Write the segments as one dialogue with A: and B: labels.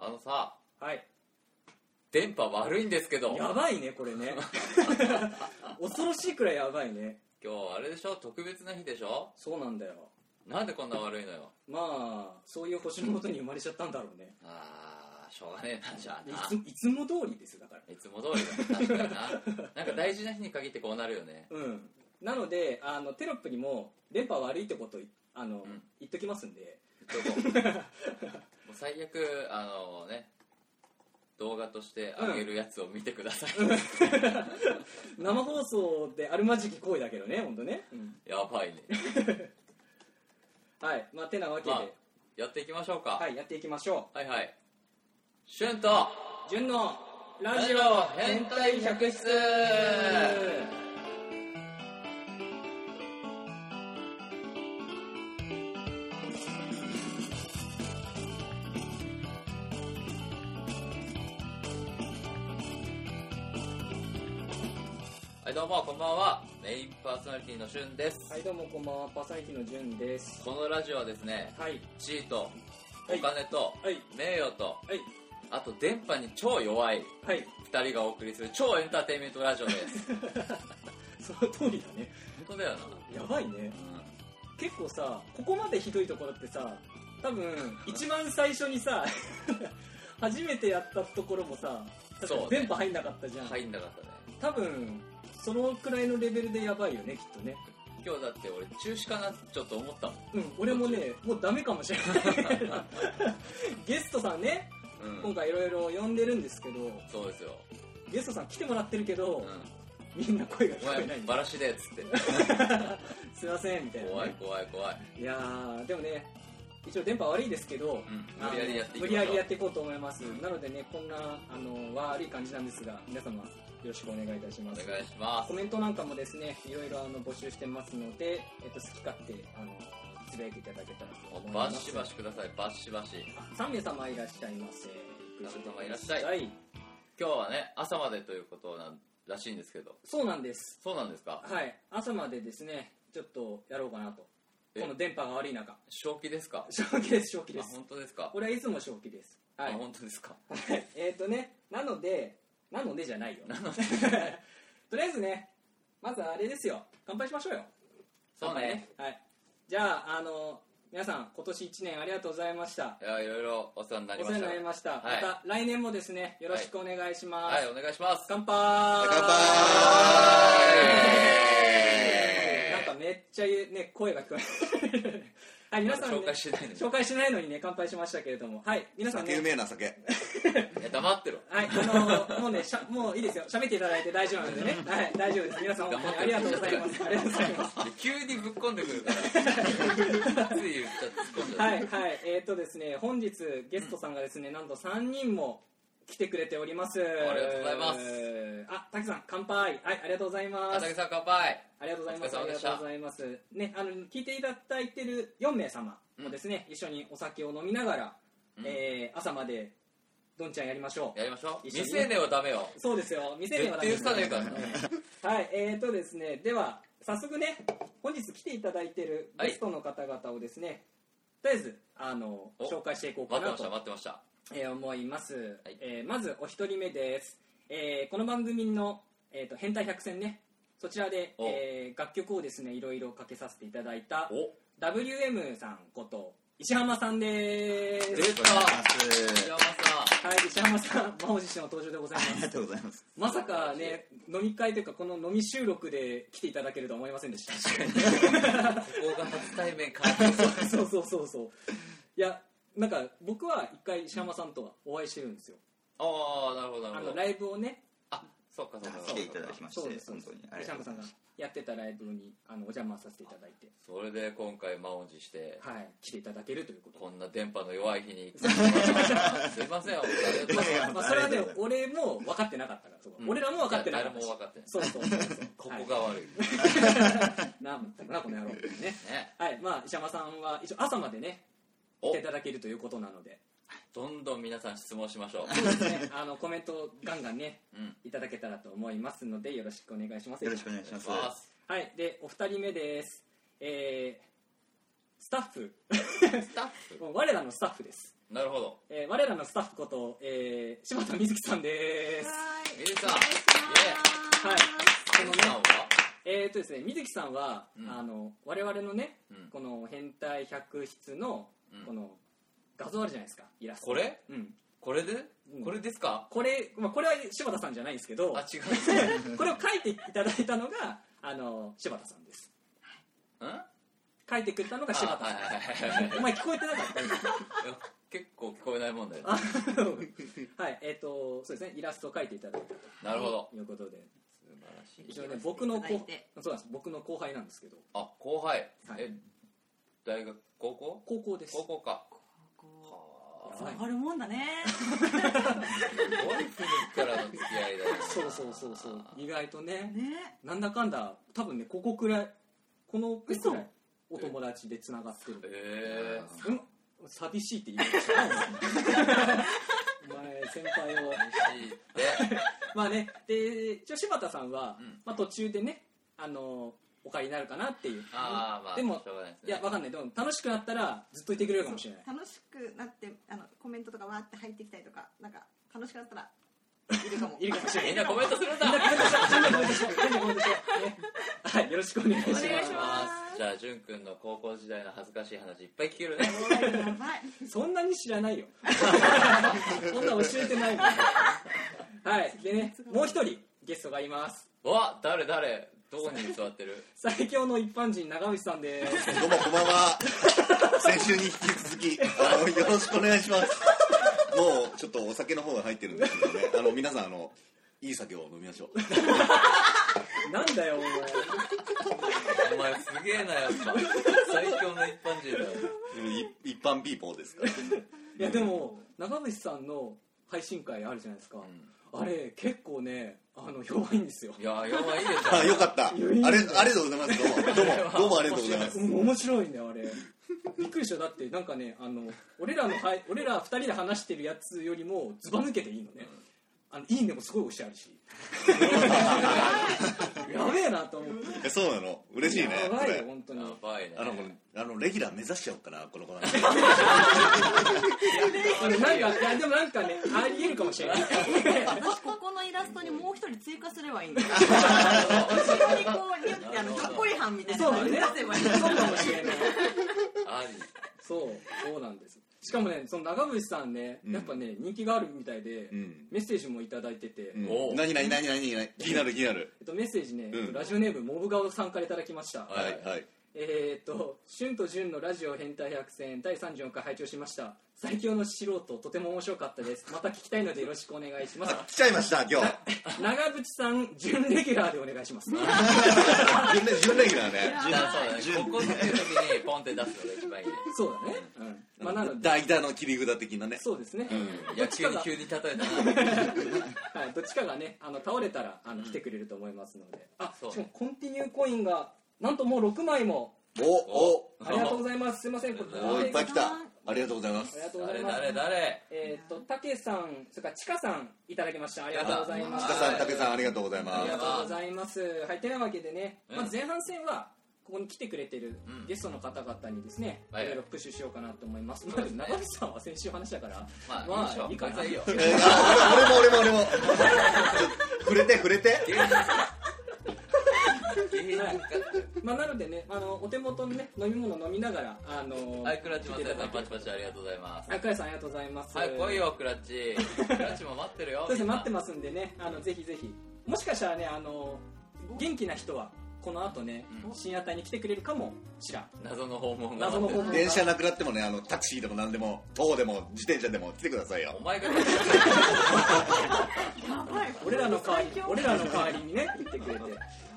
A: のさ
B: はい
A: 電波悪いんですけど
B: やばいねこれ ね恐ろしいくらいやばいね
A: 今日あれでしょ特別な日でしょ
B: そうなんだよ
A: なんでこんな悪いのよ
B: まあそういう星のもとに生まれちゃったんだろうね
A: あーしょうがねえなじゃあ
B: い
A: な
B: ついつも通りですだから
A: いつも通りだね確かにな なんか大事な日に限ってこうなるよね
B: うんなのであのテロップにも電波悪いってことあの、
A: ん
B: 言っときますんで
A: どこもう最悪あのね動画として上げるやつを見てください、
B: 生放送であるまじき行為だけどね本当ね、うん
A: やばいね
B: はいまあてなわけで、
A: まあやっていきましょうか、
B: はいやっていきましょ
A: はいはいシュンと
B: う純のラ
A: ラ
B: ジ
A: ジ
B: オ
A: オ変態百室はいどうもこんばんはメインパーソナリティのシュンです、
B: はいどうもこんばんはパーソナリティの純です
A: このラジオはですね
B: はい
A: 地位と
B: は
A: お
B: い
A: 金と
B: はい
A: 名誉と
B: はい
A: あと電波に超弱い
B: はい
A: 2人がお送りする超エンターテインメントラジオです
B: その通りだね
A: 本当だよな、
B: やばいね結構さここまでひどいところってさ多分一番最初にさ 初めてやったところもさ確かに
A: そうね
B: 電波入んなかったじゃ、
A: うんん、入んなかったね
B: 多分そのくらいのレベルでやばいよねきっとね
A: 今日だって俺中止かなってちょっと思ったもん、
B: うん俺もねもうダメかもし れないゲストさんね
A: う
B: 今
A: ん、
B: 回いろいろ呼んでるんですけど
A: そうですよ、
B: ゲストさん来てもらってるけど
A: う、ん、
B: みんな声が
A: お
B: 聞こえな
A: 前
B: いんで
A: バラシでっつって
B: すいませんみたいなね、
A: 怖い怖い怖い、
B: いやーでもね一応電波悪いですけど、
A: うん、無理やりやっていき
B: 無
A: ま
B: 理
A: しょ
B: や
A: う
B: りやっていこうと思います、なのでねこんなあの悪い感じなんですが皆様よろしくお願いいたします
A: お願いします
B: コメントなんかもですねいろいろあの募集してますので、えっと、好き勝手あのつぶやいていただけたらと思いま
A: バ
B: す
A: シバシくださいバシバシ
B: あ3名様いらっしゃいませ
A: 3名様いらっしゃい
B: はい
A: 今日はね朝までということなんらしいんですけど
B: そうなんです
A: そうなんですか
B: はい朝までですねちょっとやろうかなと
A: え
B: この電波が悪い中
A: 正気ですか
B: 正気です正気で
A: あ
B: す
A: 本当ですか、
B: これはいつも正気ですはい
A: あ本当ですか
B: えっとね、なので、なので じゃないよ。とりあえずね、まずあれですよ、乾杯しましょうよ。
A: そうね。
B: はい。じゃあ、あの、皆さん、今年1年ありがとうございました。
A: いやいろいろお世話になり
B: お
A: ま
B: 世話
A: し
B: に
A: た
B: なりました。ま
A: はい
B: た来年もですね、よろしくお願いします。
A: はいお願いします
B: 乾杯
A: 乾杯
B: なんかめっちゃね、声が聞こえる。 はい、皆さん、ね、
A: 紹介してないのに
B: 紹介してないのにね、乾杯しましたけれども。はい、皆さん
C: 酒
B: ね
C: う、めえな酒
A: いや黙ってろ
B: はい、あのもうね、しゃ もういいですよ。喋っていただいて大丈夫なん でね。はい、大丈夫です。皆さん本当にありがとうございます。ありがとうございます。
A: で急にぶっこんでくるからつい言っちゃ突っ込んじゃ
B: はい、はい、えっ、とですね、本日ゲストさんがですね、なんと3人も来てくれております。あ
A: りがとうございます。
B: あ、たけさん、乾杯。はい、ありがとうございま
A: う
B: す
A: 竹。さん乾杯
B: ありがとうございます。
A: お
B: あ
A: 疲れ様
B: りが
A: でし
B: と
A: た
B: うございます。ね、あの、聞いていただいてる4名様もですね、一緒にお酒を飲みながら、
A: うん
B: えー朝まで、どんちゃんやりましょう。
A: やりましょう
B: 一緒
A: 未
B: に
A: 成年はダメよ
B: そうですよ。店で
A: 絶
B: は
A: 対許さねえからな
B: はい、えーとですね、では早速ね、本日来ていただいているゲストの方々をですね、とりあえずあの
A: お
B: 紹介していこうか
A: 待って
B: な
A: ました
B: と、
A: 待ってました
B: えー思います、
A: はい
B: えーまずお一人目です。えーこの番組のえーと変態百選ね、そちらで、
A: お
B: えー楽曲をですね、いろいろかけさせていただいた
A: お
B: WM さんこと石浜さんです。
A: 出た石山さ
B: はい、石浜さん、魔王自身の登場でござい
C: あ
B: ま
C: り
B: す
C: が。とうございます
B: まさかね飲み会というかこの飲み収録で来ていただけるとは思いませんでした
A: んここが初対面かは
B: そうそうそうそういやなんか僕は一回石浜さんとはお会いしてるんですよ
A: ああなるほどな
B: あ
A: るほ
B: の
A: ど
B: ライブをね
A: あそっかそっか
C: 来ていただき
A: ま
C: まして
B: そうです
C: 本当にあり
B: 石
C: がとう
B: 浜
C: ご
B: さん
C: ざい
B: が
C: ます
B: やってたライブにあのお邪魔させていただいて
A: すそれで今回満を持して
B: はい来ていただけるということ
A: こんな電波の弱い日 にすいません本当ありがとうございます
B: まあそれはね
C: ありがとう
B: 俺も分かってなかったからそこ
A: うん
B: 俺らも分かってなかった
A: いや誰も分かってない
B: そうそうそうそう
A: ここが悪い
B: はいなんだったかなこの野郎ね
A: ね
B: はいまあ石浜さんは一応朝までね来
A: お
B: ていただけるということなので
A: どんどん皆さん質問しま しょう
B: そうですね、あのコメントをガンガンね、
A: うん
B: いただけたらと思いますので、よろしくお願いします。
C: よろしくお願いします
A: ます
B: はい、で、お二人目です。えー、スタッフ、
A: スタッフ
B: もう我らのスタッフです。
A: なるほど
B: えー我らのスタッフこと、えー柴田瑞希さんで
C: は
B: す。
C: ーい。
A: ゆうさん
C: お願いします
B: はい
A: このさんは
B: えー、とですね、瑞希さんは、
A: うん
B: あの我々のね、
A: うん
B: この変態百室の
A: うん
B: この画像あるじゃないですか、イラスト。
A: これ
B: うん、
A: これで
B: うん
A: これですか
B: これ、まあ、これは柴田さんじゃないんですけど、
A: あ違 う
B: これを書いていただいたのが、あの柴田さんです。
A: うん
B: 書いてくれたのが柴田
A: あ
B: さん
A: はいはいはいはい
B: お前聞こえてなかった今
A: いや結構聞こえないもんだよ
B: あはい、えっ、と、そうですね、イラストを描いていただいた
A: なるほど
B: ということで、
A: 素晴らしい
B: 一応ね、僕の
C: いただい
B: 後
C: て
B: そうなんです、僕の後輩なんですけど、
A: あ後輩
B: はい
A: え大学高校
B: 高校です。
A: 高校かは
C: こう
A: あ
C: つながるもんだね。
A: すごい古くからの付き合いだよ
B: そうそうそうそう、意外とね、
C: ね。
B: なんだかんだ、多分ね、ここくらい、このく
C: 嘘
B: らい、お友達でつながってる。
A: え
B: うん、寂しいって言いました。お前、先輩を。
A: えいいって
B: まあね、で、一応柴田さんは、
A: うん
B: まあ途中でね、あの、お借りになるかなっていう。
A: ああまあ
B: でも
A: しょうがないですね
B: いや、わかんない。でも、楽しくなったら、ずっといてくれるかもしれない。
C: 楽しくなってあのコメントとかわーって入ってきたりとかなんか楽しくなったらいるかも
B: いるかもしれない
A: みんなコメントするんだ
B: みんなコメントしようみんなコメントしようみんなコメントしようねはい、よろしくお願いします
C: お願いしま
A: じゃあ潤くんの高校時代の恥ずかしい話いっぱい聞けるね
C: やばい
B: そんなに知らないよそんな教えてないもんはい、でね、もう一人ゲストがいます
A: う わ誰誰どこに座ってる
B: 最強の一般人、長渕さんです
D: どうもこんばんは。先週に引き続き、あの、よろしくお願いします。もう、ちょっとお酒の方が入ってるんですけどね、あの、皆さん、あの、いい酒を飲みましょう。
B: なんだよ、お前
A: お前すげえなやっぱ最強の一般人だよ
D: うんい一般ピーポーですから。
B: いや、でも、長渕さんの配信会あるじゃないですかあれ、結構ね、あの、評判いいんですよ
A: いややばいいでしょ
D: あ、よかった。あ
B: い
D: れ、
B: や
D: あ
B: いい
D: り
B: ね
D: ありがとうございます。どうも、どうも、どうもありがとうございます。
B: うん面白いねあれびっくりしただってなんかねあの俺らのはい俺ら2人で話してるやつよりもズバ抜けていいのねあのいいねもすごい押してある しやべえなと思って
D: えそうなの、嬉しいね。
B: や
D: こ
B: ばいよ
D: れ。
B: 本当に
A: やばいね
D: あの、このあの、レギュラー目指しちゃおうかな、この子なんで。
B: あのなんかいやでもなんかねありえるかもしれない
C: 私ここのイラストにもう一人追加すればいいんだよ後ろにこうニュってあのひょっこりはんみたいな
B: そうだ
C: 感じ
B: ね
C: で出せばいい
B: そうかもしれない
A: あり
B: そうそうなんですしかもねその長渕さんね
D: うん
B: やっぱね人気があるみたいで
D: うん。
B: メッセージもいただいてて、
D: うん
A: おう
D: 何何何何何気になる気になる
B: えっと、メッセージね、
D: うん
B: ラジオネームモブ顔さんからいただきました、
A: は
D: はいいはい
B: えー、と、シュンとジュンのラジオ変態百選第34回拝聴しました。最強の素人、とても面白かったです。また聞きたいのでよろしくお願いし ます。
D: あ来ちゃいました今日
B: 長渕さん、準レギュラーでお願いします。
D: 準レ準レギュラーね
A: そうだね高校っていう時にポンって出すのが一番いいね
B: そうだね。うん。まあ、なので、
D: 代打の切り札的なね
B: そうですね。
D: うん
A: 野球に急に例えたな
B: はい、どっちかがね、あの倒れたらあの来てくれると思いますので。あ、
A: そう
B: しかもコンティニューコインが、なんともう6枚も。
D: おお
B: ありがとうございます。すいま せん、これ。
D: おいっぱい来た
C: あ
D: ありがとうございます
B: ありがとうござい
A: 誰
B: ます。
A: 誰誰
B: えーっ、と、たけさん、それからちかさん、いただきました。ありがとうございます。
D: 塚
A: やだ
D: さん武さんありがとうござい
B: あ
D: ま
B: り
D: す
B: がとうございます。はい、てなわけでね、
A: うん
B: まず前半戦は、ここに来てくれてる
A: うん
B: ゲストの方々にですね、
A: はい
B: いろいろプッシュしようかなと思います。ま
A: うで
B: ず、
A: すね
B: 長渕さんは先週話したから、
A: ま
B: ま
A: あい
B: あ
A: いでしょ
B: いいかな
A: こいつ はいいよ
D: えーあ俺も俺も俺も触れて触れて
A: 芸人か芸人か
B: まあ、なのでね、あの、お手元のね、飲み物飲みながら、あの、
A: はい、クラッチマ
B: 来て
A: サヤ
B: いた
A: さ
B: だ
A: ん、
B: け
A: パ
B: る
A: チパチありがとうございます。
B: あかやさんありがとうございます。
A: はい、来い。よ、クラッ チ。クラッチも待ってるよ。
B: そうですね、
A: みんな
B: 待ってますんでね、あの、ぜひぜひ。もしかしたらね、あの、元気な人は、この後ね、
A: うん
B: 深夜帯に来てくれるかもしらん。
A: 謎の訪問が
B: 謎
A: 待
B: の
A: ってる。
B: 訪問。
D: 電車なくなってもねあのタクシーでも何でも塔でも自転車でも来てください
A: お
D: よ
A: 前が、
C: やばい
B: 俺らの代わり
C: 最強
B: 俺らの代わりにね言ってくれて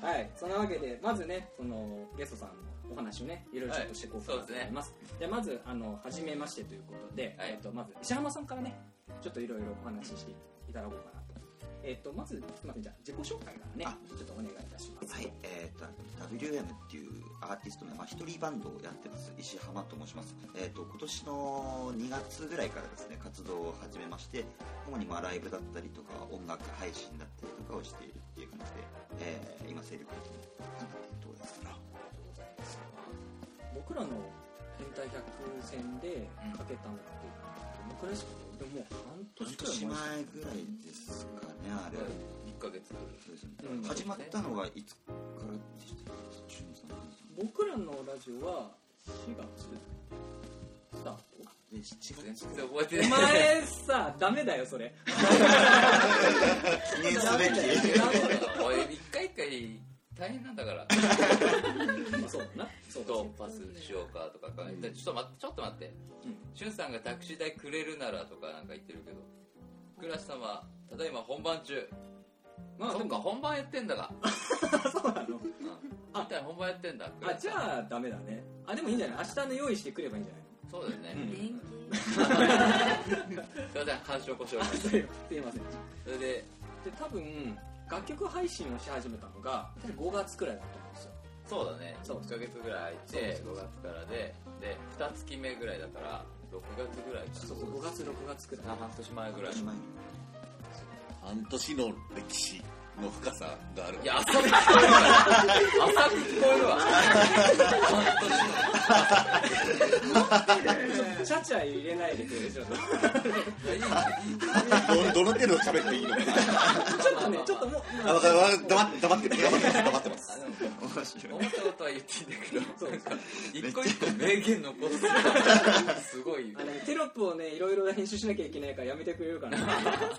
B: はいそんなわけでまずねそのゲストさんのお話をねいろいろちょっとしていこうかな
A: はい
B: と
A: そうですね
B: 思います,、でまずあの初めましてということで、
A: はい
B: えっとまず石浜さんからねちょっといろいろお話ししていただこうかなとえっとまずまずじゃあ自己紹介からね
E: あ
B: ちょっとお願いいたします
E: はい、えー、と WM っていうアーティストの、まあ、一人バンドをやってます石浜と申します、えー、と今年の2月ぐらいからですね活動を始めまして主にまあライブだったりとか音楽配信だったりとかをしているっていう感じで、えー今精力的に頑張っているところです
B: 僕らの変態百戦でかけたのってどのくらいですかねでももう半
E: 半
B: 年くらい
E: 年
B: 前
E: 前ぐらいですかねあれ、
A: 1ヶ月
E: そうですね
B: うん
E: 始まったのがいつからでしたっけ中三
B: 僕らのラジオは4月スタート
E: で7
A: 全
E: 月
A: 然覚えて
B: お
A: ない
B: 前さダメだよそれ
E: 記念すべき
B: ダメだよ
A: おい一回一回大変なんだから
B: まあそうだなそう
A: どうパスしようかとか考えてちょっと待ってちょっと待ってしゅんさんがタクシー代くれるならとかなんか言ってるけど倉石様ただいま本番中
B: まあ
A: そ
B: で
A: っか
B: も
A: 本番やってんだが
B: そうなの
A: あんた本番やってんだ
B: あじ
A: あ
B: ゃあダメだねあでもいいんじゃない明日の用意してくればいいんじゃない
A: そうだよね、
D: うん
C: 連
A: すいません干渉故障
B: あ
A: です
B: すいませんで
A: それで
B: 多分楽曲配信をし始めたのが確か5月くらいだと思うんですよ
A: そうだね
B: そう
A: 1ヶ月ぐらい空いて
B: そ
A: 5
B: うそうそう
A: 月からでで2月目ぐらいだから6月ぐらいか
B: そうそう5月6月くらい
A: 半年前ぐらい
E: 半年前
D: 半年の歴史の深さがある
A: いや、浅く聞こえるわ。浅く聞こえるわ。
B: ちゃちゃ入れないでくれる ちょっと
D: どどの程度喋っていいのかな
B: ちょっとねちょっともう
D: あわかるわかる黙って黙って黙ってます黙ってます
E: 面白い
A: 思ったことは言っていいんだけど、
B: そう
A: なんか一個一個名言残す。すごいよ
B: あ。のテロップをねいろいろ編集しなきゃいけないからやめてくれる かなは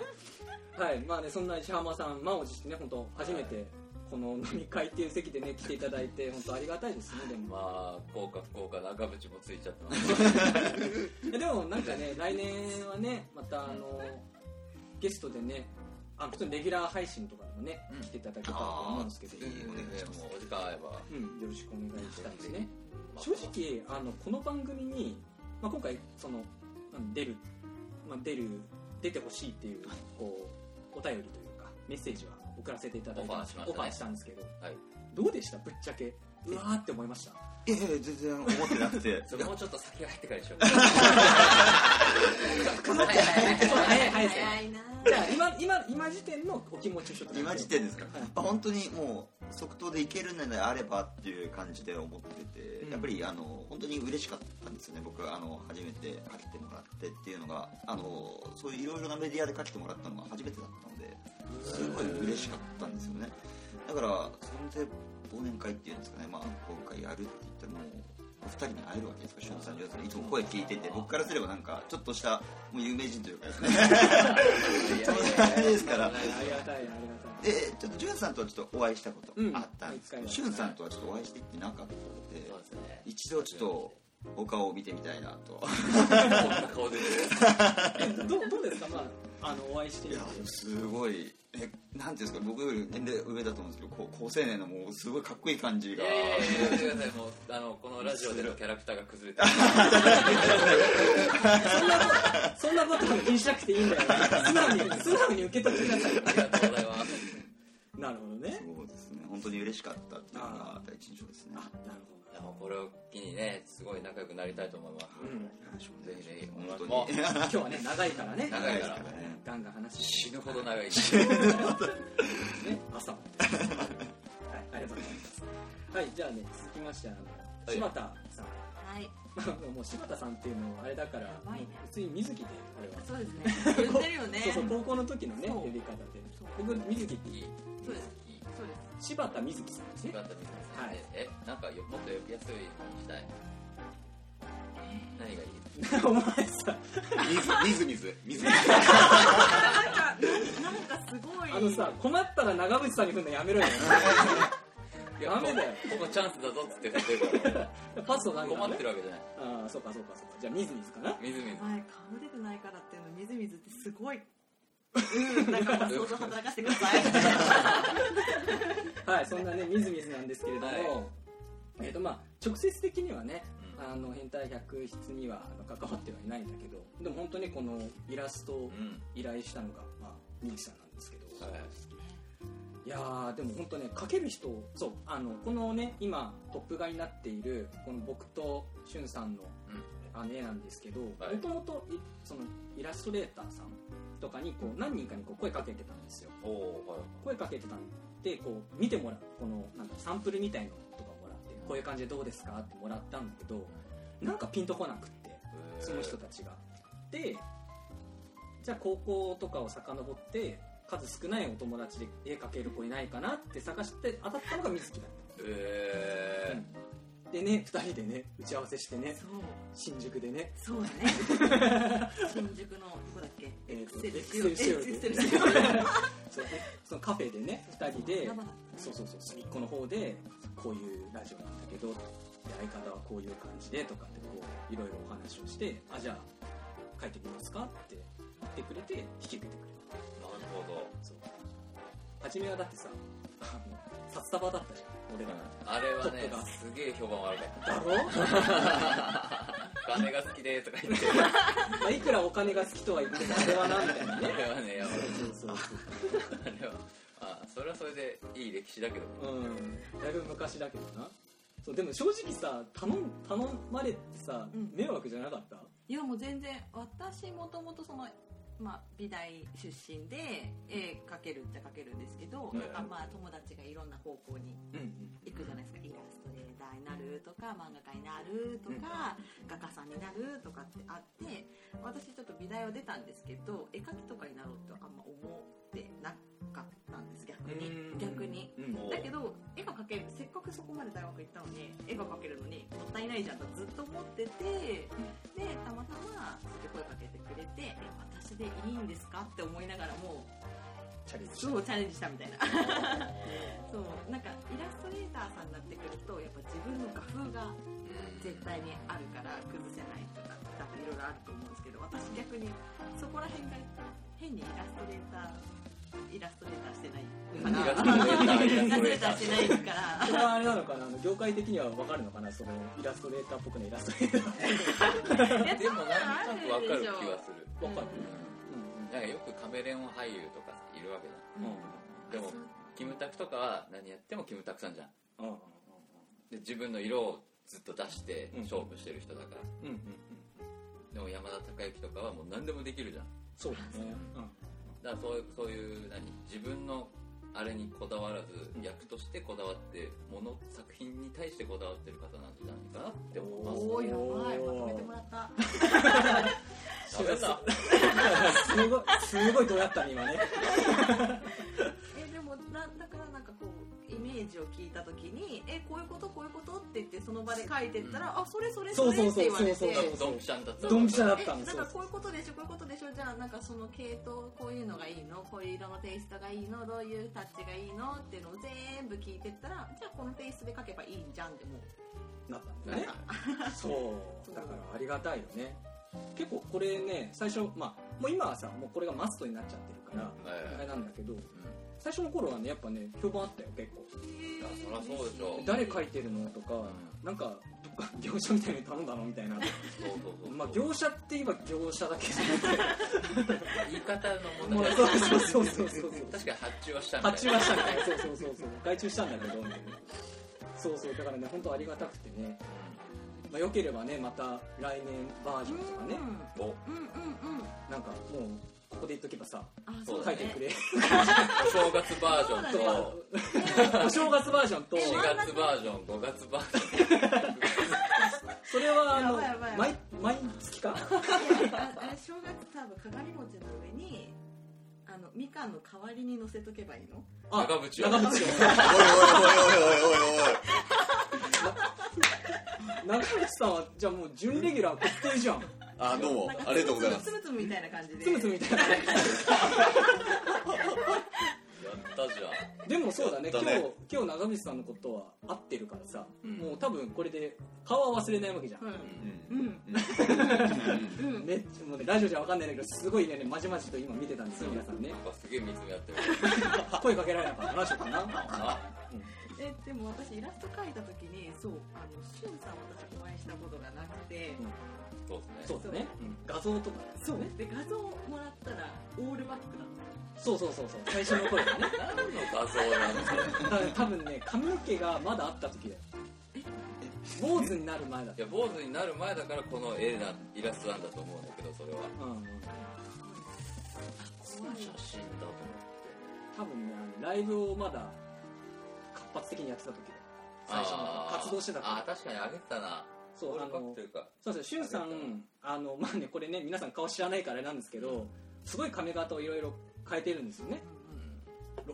B: いまあねそんな石浜さん満を持してね本当初めてこの飲み会っていう席でね来ていただいて本当ありがたいですねでも
A: まあ、効果不効果中渕もついちゃったな。
B: いやでもなんかね来年はねまたあのゲストでねあ普通にレギュラー配信とかでもね、
A: うん
B: 来ていただけたらと思うんですけど
E: あー
A: もうお時間合えば。
B: うん、よろしくお願いしたいですね
A: まあ
B: 正直あのこの番組に、まあ、今回そのうん出る、まあ、出る出てほしいっていうこうお便りというかメッセージは送らせていただいて
A: オファーしましたね
B: オファーしたんですけど
A: はい。
B: どうでしたぶっちゃけうわーって思いました
E: いやいや全然思ってなくて
A: それもうちょっと先が入ってから でしょ。
B: 早い早いです
C: 携
B: ね
C: 早いな
B: じゃあ今今今時点のお気持ちをちょっと
E: 今時点ですか、
B: はい
E: あ本当にもう即答でいけるのであればっていう感じで思ってて、
B: うん
E: やっぱりあの本当に嬉しかったんですよね僕あの初めて書けてもらってっていうのがあのそういういろいろなメディアで書けてもらったのが初めてだったのですごい嬉しかったんですよねだからそれで忘年会っていうんですかね、まあ、今回やるって言ったらもうお二人に会えるわけですから、しゅんさん、りょうさん、いつも声聞いてて、僕からすればなんか、ちょっとした、もう有名人というかです ね、友達ですから、
B: ありがたいありがたい
E: でちょっとジュンさんとはちょっとお会いしたこと
B: うん
E: あったんですけど、
B: 一回は
E: シュンさんとはちょっとお会いしてってなかったので
A: そうですね。
E: 一度ちょっとお顔を見てみたいなと
A: こんな顔で。
B: えどうどうですかまああのお会いして
E: い
B: みて
E: やすごいえなんていうんですか僕より年齢上だと思うんですけどこう高青年のもうすごいかっこいい感じ
A: い
E: が
A: やいやいや、やめてください。もう、あの、このラジオでのキャラクターが崩れてる。
B: そんなことは気にしなくていいんだよ素直に 素直に受け取ってください
A: ありがとうございます。
B: なるほどね
E: そうですね本当に嬉しかったっていうのが第一印象ですね
B: あなるほど
A: いやもうこれを機にね、すごい仲良くなりたいと思います。
B: うん
A: ぜひぜひ、
E: 本当に
A: もう
B: 今日はね長いからね
A: 長いから
E: 長ね
B: ガンガン話して
A: 死ぬほど長い。
B: ね朝まではいありがとうございますはいじゃあね続きましてあの
A: い
B: 柴田さん、
C: はい
B: まあもう柴田さんっていうのはあれだから
C: やばいね
B: 普通に水木でこれは
C: そうですね言ってるよね
B: そうそう高校の時のね
C: そう
B: 呼び方で
C: そう
B: 僕水木って
A: いい
C: そうですそうです
B: 柴田水木さんですね
A: だったみたいですね。え、なんかよもっと呼びやすいのにしたい。何がいい
B: お前さ
D: みずみずみずみずみず
C: なんかなんかすごい
B: あのさ困ったら長渕さんに振るのやめろよ
A: い
B: ダメだよ
A: ほぼほぼチャンスだぞっつって振ってるから。
B: パスをなんか、ね、
A: 困ってるわけじゃない。
B: ああそうかそうかそうかじゃあ水水かな
A: みずみず。
C: はい顔出てないからっていうのみずみずってすごいうんなんか想像働かせてください
B: はい、そんなね、みずみずなんですけれども、
A: はい
B: えっ、と、まあ、直接的にはね、
A: う
B: あの、変態百室には、あの、関わってはいないんだけど、でも本当にこのイラストを
A: うん。
B: 依頼したのが、まあ、みきさんなんですけど、
A: はい
B: いやー、でも本当ね、描ける人、そう、あの、このね、今、トップ画になっている、この僕としゅんさんの、
A: うん
B: あの絵なんですけど、も
A: はい
B: ともと、いその、イラストレーターさんとかに、こう、何人かにこう声かけてたんですよ。
A: おおー、はい。
B: 声かけてたんでこう見てもらうこのなんかサンプルみたいのとかもらってこういう感じでどうですかってもらったんだけどなんかピンとこなくってその人たちがでじゃあ高校とかを遡って数少ないお友達で絵描ける子いないかなって探して当たったのが水木だっ
A: えー
B: たでね2人でね打ち合わせしてね
C: そう
B: 新宿でね
C: そうだね新宿のどこだっけ
B: えーと
C: エクセル
B: エクセル
C: エクセルシオル
B: そうねそのカフェでね2人で
C: やばかっ
B: そうそうそう隅っこの方でこういうラジオなんだけどで相方はこういう感じでとかってこういろいろお話をしてあじゃあ書いてみますかって言ってくれて引き受けてくれた
A: なるほど
B: そう初めはだってさあの札束だったじゃん俺らの
A: あれは
B: ちょ
A: ね
B: っとだ
A: すげえ評判悪かっ
B: だろ
A: た金が好きでとか言って
B: まあいくらお金が好きとは言ってもあれはなみたいな
A: あ
B: ね
A: れはねやばい
B: そうそうそう
A: あれはあそれはそれでいい歴史だけど
B: うんだいぶ昔だけどなそうでも正直さ頼ん頼まれてさ
C: うん
B: 迷惑じゃなかった、
C: いやもう全然私もともとその、まあ、美大出身で絵描けるっちゃ描けるんですけど、
A: うん
C: なんかまあ友達がいろんな方向に行くじゃないですかイラストレーターになるとか漫画家になるとか、画家さんになるとかってあって私ちょっと美大を出たんですけど絵描きとかになろうとあんま思ってなかったんです逆に
B: うん
C: 逆に。
B: うん
A: もう
C: だけど絵が描けるせっかくそこまで大学行ったのに絵が描けるのにもったいないじゃんとずっと思っててでたまたまそれ声かけてくれて「え私でいいんですか?」って思いながらも
B: チャレンジした
C: そうチャレンジしたみたいな そうなんかイラストレーターさんになってくるとやっぱ自分の画風が絶対にあるから崩せないとかなんかいろいろあると思うんですけど私逆にそこら辺が変にイラストレーターイラストレーターしてないから
A: イラストレーターイラ
C: イラ
A: ス
C: ス
A: ト
C: ト
A: レ
C: レ
A: ーターし
C: ーターしてて
A: な
B: こ
C: ないいから
B: れはあれなのかなあの業界的には分かるのかなそのイラストレーターっぽくないイラストレーター
A: でもなんとなくわかる気がする
B: 分かる、
A: なんかよくカメレオン俳優とかいるわけじゃ
B: うんうん
A: んでもキムタクとかは何やってもキムタクさんじゃん
B: うん
A: で自分の色をずっと出して
B: うん
A: 勝負してる人だから、
B: うんうんうん
A: でも山田孝之とかはもう何でもできるじゃん
B: そうだね
A: だからそういうそういう何自分のあれにこだわらず、役としてこだわってもの作品に対してこだわってる方なんじゃないかなって思います
C: おーやばいまとめてもらった
A: ダメだ
B: すごいすごいどうやったね今ね
C: えでもだだからなんかこうイメージを聞いた時に「えこういうことこういうこと?」って言ってその場で書いてったら「あそれそれそれ」
B: そう
C: っ
B: そうそう
C: て言われ
B: そうそうそう
C: て。
A: ドンピシャンだった
B: ドンピシャだ
A: だ
B: った
C: え
B: の
C: なん
B: そ
C: か
B: う
C: こういうことでしょこういうことでしょじゃあなんかその系統こういうのがいいのこういう色のテイストがいいのどういうタッチがいいのっていうのを全部聞いてったらじゃあこのテイストで書けばいいんじゃんってもう
B: なったんだよねそうだからありがたいよね結構これね最初まあもう今はさもうこれがマストになっちゃってるからあれなんだけど最初の頃はねやっぱね評判あったよ結構
A: やそりゃそうでしょ
B: 誰書いてるのとか
A: ん
B: なんかどっか業者みたいに頼んだのみたいな
A: そうそうそう
B: まあ業者って言えば業者だけど
A: 言い方の問
B: もう
A: 題
B: そうそうそうそうそう
A: 確かに発注はしたんだよ
B: 発注はしたみたいなそうそうそうそう外注したんだけどみたいなそうそうだからね本当ありがたくてね、まあ、よければねまた来年バージョンとかね
A: お
C: うんうんうんうん
B: なんかもうここで言っとけばさ
C: あ
A: そ
C: そうう
B: 書
A: だ
C: だ
B: いて
C: ね
B: くれ
A: お正月バージョン
C: そ
B: と
C: う
B: か
C: だ
A: と
B: お正月バージョンと
A: 4月バージョン5月バージ
B: それはあ
C: やば
B: の
C: いやばいやば
B: 毎毎月か
C: いやああれ正月多分鏡餅の上にあのみかんの代わりに乗せとけばいいの
A: ョン長渕を
B: 長渕を
D: おいおいおいおいおいおいおい
B: 長渕さんはじゃあもう準レギュラー確定じゃん
D: あどうもありがとうございます
C: つむつむみたいな感じで
B: つむつむみたいな
A: やったじゃん
B: でもそうだね
D: やっ
B: 今
D: た
B: 日
D: ね
B: 今日長渕さんのことは合ってるからさ、
A: うん
B: もう多分これで顔は忘れないわけじゃん、
C: うんうんうんうん
B: めっちゃもうねラジオじゃわかんないんだけどすごいねまじまじと今見てたんですよ皆さんね
A: なんかすげえ見つめ合ってる
B: 声かけられなかった話しようかな
A: あ
C: えでも私イラスト描いた時にそうあのしゅんさん私お会いしたことがなくて、
B: うん
A: そうです
B: そ
A: ね
B: うだね、うん画像とかね
C: そうで画像もらったらオールバックだった
B: そうそうそうそう最初の頃だね
A: 何の画像なんですか
B: だから多分ね髪の毛がまだあった時だよ坊主になる前だっ
A: いや坊主になる前だからこの絵なイラストなんだと思うんだけどそれは
B: た、うんうん、
C: 怖い
A: 真だと思
B: 多分ねあのライブをまだ活発的にやってた時だよ最初の
A: あー
B: 活動してた
A: あ
B: 時
A: ー確かにあげてたな
B: そう
A: オー
B: あ
A: ルカッ
B: の
A: プというか
B: そうですね、しゅんさん、あの、まあね、これね、皆さん顔知らないからあれなんですけど、すごい髪型をいろいろ変えてるんですよね。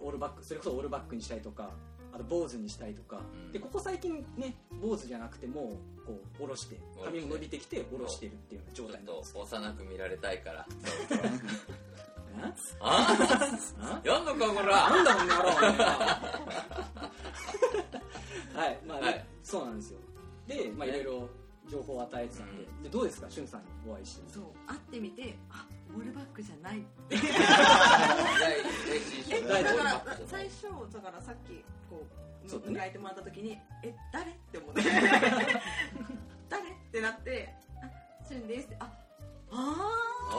B: オールバック、それこそオールバックにしたりとか、あと坊主にしたりとか。
A: ん
B: で、ここ最近ね、坊主じゃなくてもう、こう、下ろして、髪も伸びてきて、下ろしてるっていうような
A: ちょ
B: 状
A: っ
B: 態なんです
A: と幼く見られたいから
B: ね。
A: あ
B: あ
A: やんのかこ
B: な
A: ら
B: んだこんな野郎はい、まあ、ね
A: はい
B: そうなんですよ。で、まあ、いろいろ情報を与えてたんで、で、どうですか、しゅんさんにお会いして。
C: そう会ってみてあオールバックじゃない
A: 第一印象
B: 大丈夫
C: だから最初だからさっきこう
B: そうだね
C: 迎えてもらった時に「え誰?」って思って誰ってなって「あしゅんです」って「ああ
A: あー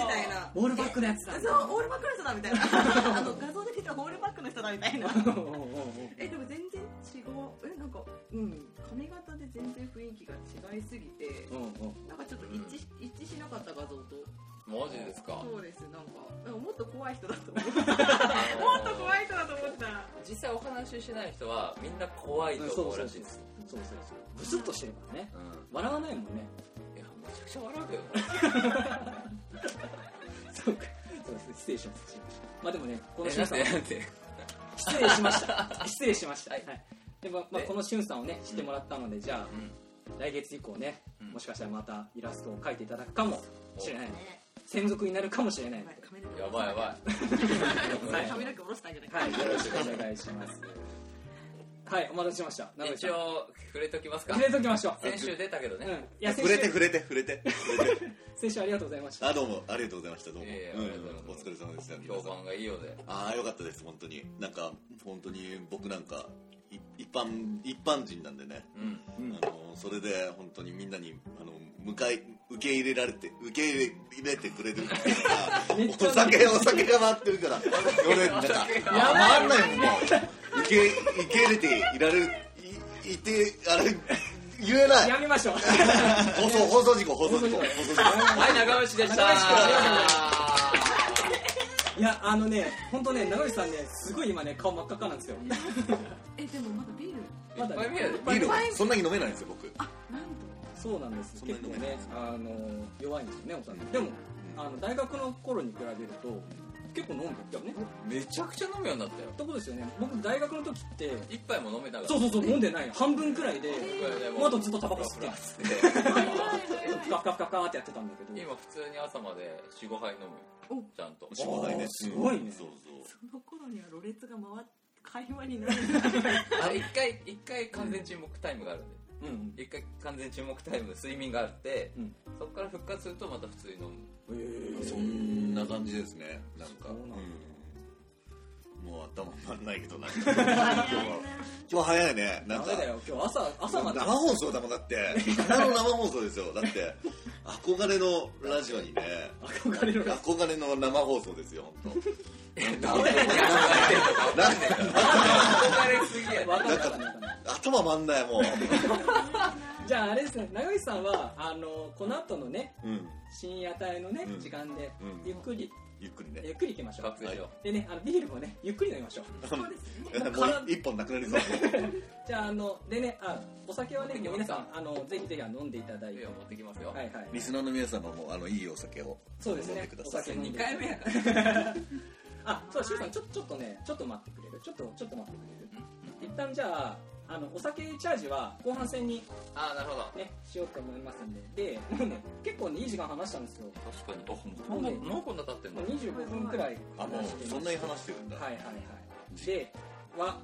C: ー」みたいな
B: オールバックのやつだ
C: そうオールバックの人だみたいなあの画像で見たオールバックの人だみたいなえでも全然違うえなんかうん髪型で全然雰囲気が違いすぎて
B: うんうん
C: なんかちょっと一致し,、一致しなかった画像と
A: マジですか
C: そうですなんかなんかもっと怖い人だと思っても
A: も
C: っと怖い人だと思ってた
A: 実際お話ししてない人はみんな怖いと思うらしいです
B: そうそうそうブスッとしてるからね
A: うん
B: 笑わないもんね
A: いやめちゃくちゃ笑うけど
B: そうかそうです失礼しました失礼しましたまあでもねこの
A: え
B: しゅ
A: なんん
B: さん
A: てなんて
B: 失礼しました 失礼しましたは
A: はいい
B: でもまあ
A: で
B: このしゅんさんをね知ってもらったのでじゃ
A: うん
B: あ来月以降ね
A: うん
B: もしかしたらまたイラストを描いていただくかもしれない
C: ね
B: 専属になるかもしれない
C: や
B: の
C: ばい
B: で
C: 髪の毛
A: やばいやば
B: はい
C: 髪の毛下ろしたんじゃないか、
B: はいよろしくお願いしますはいお待たせしました名
A: い
B: 古屋さ
A: 一
B: ん
A: 応触れときますか
B: 触れときましょう
A: 先週出たけど
B: う
A: ね
B: んいや先
D: 触れて
B: 週
D: 触れて触れて触れて
B: 先週ありがとうございました
D: あどうもありがとうございましたどうも、
A: いえいえ
D: う
A: あ
D: ん
A: りがとうござい
D: お
A: ます
D: 疲れ様でした皆
A: 評
D: さん
A: 判がいいようで
D: ああよかったです本当になんか本当に僕なんかい一般一般人なんでね、
A: うん
D: あのそれで本当にみんなにあの迎え受け入れられて受け入れてくれるっていう
B: め
D: のがお酒お酒が回ってるから俺なんか回んないもんもう受け受け入れていられるいいてあれ言えない
B: やめましょう
D: 放送放送事故放送事故放送事故
A: はい長渕でした
B: 長渕君ありがとうござい いやあのね本当ね長渕さんねすごい今ね顔真っ赤っかなんですよ
C: えでもまだビール
B: まだ
A: いっぱい見える
D: ビールはそんなに飲めないんですよ僕
C: あなんと
B: そうなんです
D: そんな
B: 結構
D: に飲めない
B: ねあの弱いんですよねお酒でもあの大学の頃に比べると結構飲んでたよね
A: めちゃくちゃ飲むようになったよ
B: ってことですよね僕大学の時って
A: 一杯も飲めたから
B: そうそうそう飲んでない半分くらいで
A: も
B: もうあとずっとタバコ吸って
A: っ
B: ふかふかふかふかってやってたんだけ ど
A: 今普通に朝まで45杯飲むよちゃんと
D: しょうがないね
B: あーすごいね
D: うんそうそう
C: その頃にはろれつが回って会話に なる
A: あの一回一回完全沈黙タイムがあるん
B: うんうん
A: で一回完全沈黙タイム睡眠があって
B: うん
A: そこから復活するとまた普通に 飲む
B: えー
D: そんな感じですねなんか
B: そうなんだ
D: うんもう頭回んないけ どなんか今日は今日早いねなん
B: ダ
D: か
B: メだよ今日朝朝まで
D: 生放送だもんだって花の生放送ですよだって憧れのラジ オにね
B: 憧れるから
D: 憧れの生放送ですよ本
A: 憧れすぎや
B: 分かんない分かんない分かんない
D: 当。頭回んないもう
B: じゃああれですね長渕さんはあのこの後のね
D: うん
B: 深夜帯のね、
D: うん
B: 時間で、
D: うん
B: ゆっくり
D: ゆっくり
B: ゆ
D: ね
B: っくり行きましょう
A: 覚醒しよ
B: でねあのビールもねゆっくり飲みましょう
C: そ うですね
D: もう一本なくなり そう
B: じゃああのでねあお酒はね
A: 持ってき
B: 皆
A: ます
B: さ
A: か
B: んあのぜひぜひあの飲んでいただ
A: う
B: い
A: いい
B: て
A: よ持ってきますよ
B: はいはい
D: リスナーの皆様もあのいいお酒を
B: そうです
D: 飲ん
B: ね
D: でくだ
B: お
D: さい
B: 酒飲ん
A: 2
B: で
A: 回目やから
B: あそうしゅうさんちょちょっとねちょっと待ってくれるちょっとちょっと待ってくれる一旦じゃああのお酒チャージは後半戦に
A: ああなるほど
B: ねしようと思いますんででもうね結構ねいい時間話したんですよ
A: 確かにあもうもうこんな経ってん
B: も
A: の
B: う25分くらい
D: あも
B: 話して
D: う
B: ます
D: そんなに話してるんだ
B: はいはいはいでは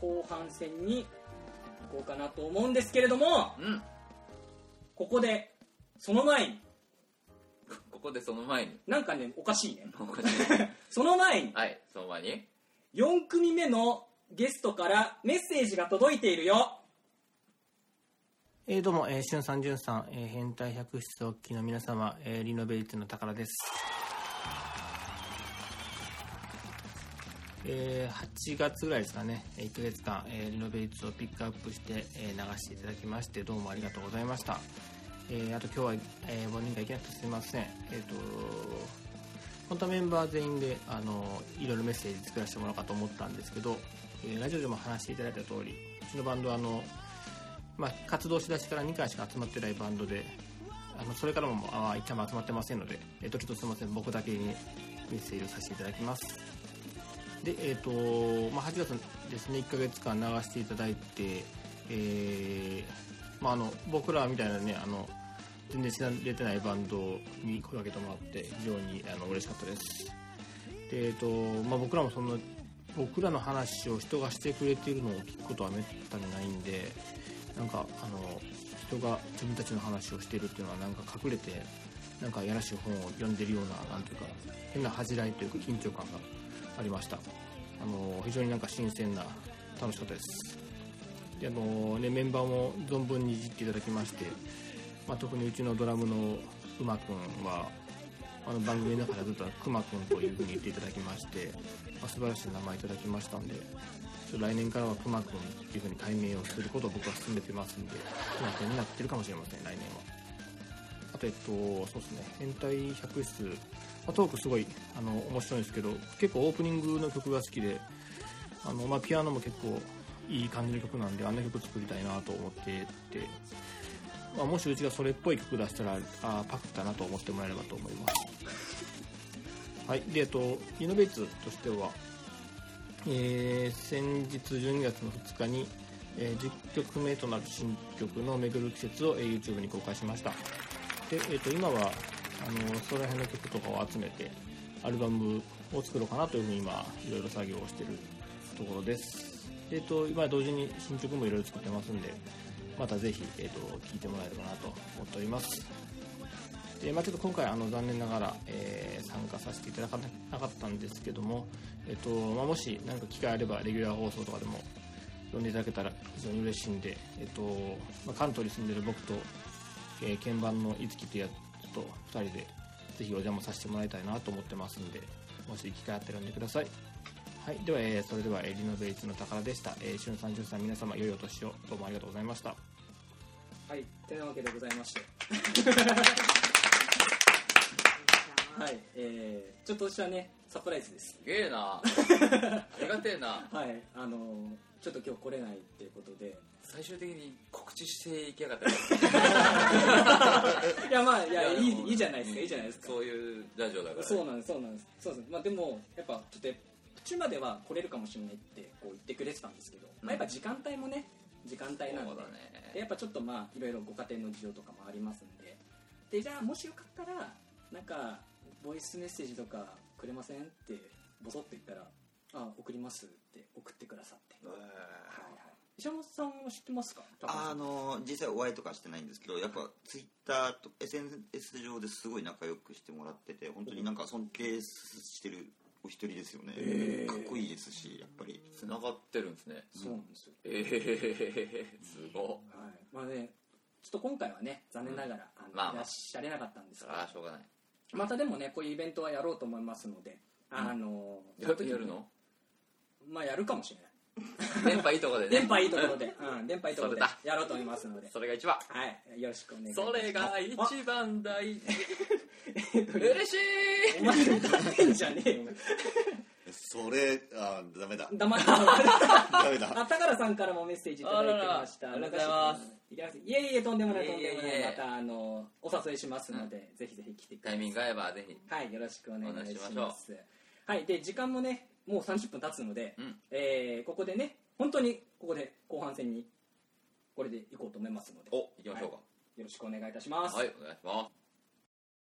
B: 後半戦に行こうかなと思うんですけれども
A: うん
B: ここでその前に
A: ここでその前に
B: なんかねおかしいね
A: おかしい
B: その前に
A: はいその前に
B: 4組目のゲストからメッセージが届いているよ
F: えーどうも、えー、しゅんさん、じゅんさん、えー変態百出お聞きの皆様、えーリノベリティの宝です。えー8月ぐらいですかね、えー1ヶ月間、えーリノベリティをピックアップして、えー流していただきまして、どうもありがとうございました。えーあと今日は、え5人がいけなくてすいません。えっ、と、本当はメンバー全員で、あの、いろいろメッセージ作らせてもらおうかと思ったんですけど、えーラジオでも話していただいた通り、うちのバンドは、あの、まあ、活動しだしてから2回しか集まってないバンドで、あのそれからもあ1回も集まってませんので、えっとちょっとすみません、僕だけにメッセージをさせていただきます。で、えっとまあ、8月ですね、1ヶ月間流していただいて、えーまあ、あの僕らみたいなね、あの全然知られてないバンドに声をかけてもらって、非常にあの嬉しかったです。でえっとまあ、僕らもそんな僕らの話を人がしてくれているのを聞くことはめったにないんでなんかあの人が自分たちの話をしているっていうのはなんか隠れてなんかやらしい本を読んでるようななんていうか変な恥じらいというか緊張感がありましたあの非常になんか新鮮な楽しかったですであの、ね、メンバーも存分にいじっていただきまして、まあ、特にうちのドラムのうまくんはあの番組の中でずっとくまくんというふうに言っていただきまして、まあ、素晴らしい名前いただきましたんで、ちょっと来年からはくまくんっていうふうに改名をすることを僕は進めてますんで、くまくんになってるかもしれません、来年は。あと、えっと、そうですね、変態百室、まあ、トークすごいあの面白いんですけど、結構オープニングの曲が好きで、あのまあ、ピアノも結構いい感じの曲なんで、あんな曲作りたいなと思ってて、まあ、もしうちがそれっぽい曲出したらあーパクったなと思ってもらえればと思いますはいでえっとイノベーツとしては、えー先日12月の2日に、えー10曲目となる新曲の「めぐる季節」をえー YouTube に公開しましたで、えっと今はあのそこら辺の曲とかを集めてアルバムを作ろうかなというふうに今いろいろ作業をしてるところですでえっと今同時に新曲もいろいろ作ってますんでまたぜひ、えー、と聞いてもらえればなと思っておりますで、まあ、ちょっと今回あの残念ながら、えー参加させていただかなかったんですけども、えっとまあ、もし何か機会あればレギュラー放送とかでも呼んでいただけたら非常に嬉しいんで、えっとまあ、関東に住んでる僕と、えー鍵盤のいつきというやつと2人でぜひお邪魔させてもらいたいなと思ってますんでもし機会あったら呼んでくださいはい、では、えーそれでは、えーリノベイツの宝でした。えー、しゅんさん、じゅんさん、皆様、良いお年を、どうもありがとうございました。
B: はいてなわけでございましてはいえー、ちょっとしたねサプライズです
A: すげえなありがてえな
B: はいあのーちょっと今日来れないっていうこと で
A: 最終的に告知していきやがったい
B: いやまあいや
A: や
B: い
A: で
B: い
A: も
B: いいじゃないですかいいじゃないですか
A: そういうラジオだから
B: そうなんですそうなんですそうですまあでもやっぱちょっと途中までは来れるかもしれないってこう言ってくれてたんですけど、まあやっぱ時間帯もね時間帯
A: そう
B: なんで
A: だね
B: でやっぱちょっとまあいろいろご家庭の事情とかもありますんででじゃあもしよかったらなんかボイスメッセージとかくれませんってボソッと言ったら「あ送ります」って送ってくださって、はいはい、石山さんは知ってますか高橋さん
E: あの実際お会いとかしてないんですけどやっぱツイッターと SNS 上ですごい仲良くしてもらってて本当になんか尊敬してるお一人ですよね、
B: へー
E: かっこいいですしやっぱり
A: 繋がってるんですね
B: そうなんですよ
A: ええすごっ
B: はいまあねちょっと今回はね残念ながら、あの
A: まあまあ
B: いらっしゃれなかったんです
A: あ
B: が
A: あしょうがない
B: またでもねこういうイベントはやろうと思いますのであの
A: や
B: その時に
A: やるの
B: まあやるかもしれない
A: 電波いいとこでね
B: 電波いいところで、 うん、電波いいところで
A: それだ
B: やろうと思いますので
A: それが一番
B: はい、よろしくお願いします。
A: それが一
B: あ
A: 番大事
B: えこれ
A: 嬉しい
B: お前歌ってんじゃねえよ。
D: それあーダ メだ
B: 黙 った。
D: ダメだ
B: あ、高原さんからもメッセージいただいてました。
A: あららありがとうございます
B: いや。いえいえ、とんでもない、とんでも
A: い
B: な
A: えい
B: い。
A: え
B: また、あの、お誘いしますので、ぜひぜひ来てく
A: タ
B: ださ
A: イ
B: い。
A: ミング合えばぜひ
B: はい、よろしくお願いし
A: お願いし
B: ま。
A: ます
B: はい、で、時間もね、もう30分経つので、
A: うん
B: えーここでね、本当に、ここで後半戦に、これで行こうと思いますので、
A: お
B: よ
A: 行きましょう
B: ろしくお願いいたします。
A: かはいお願いします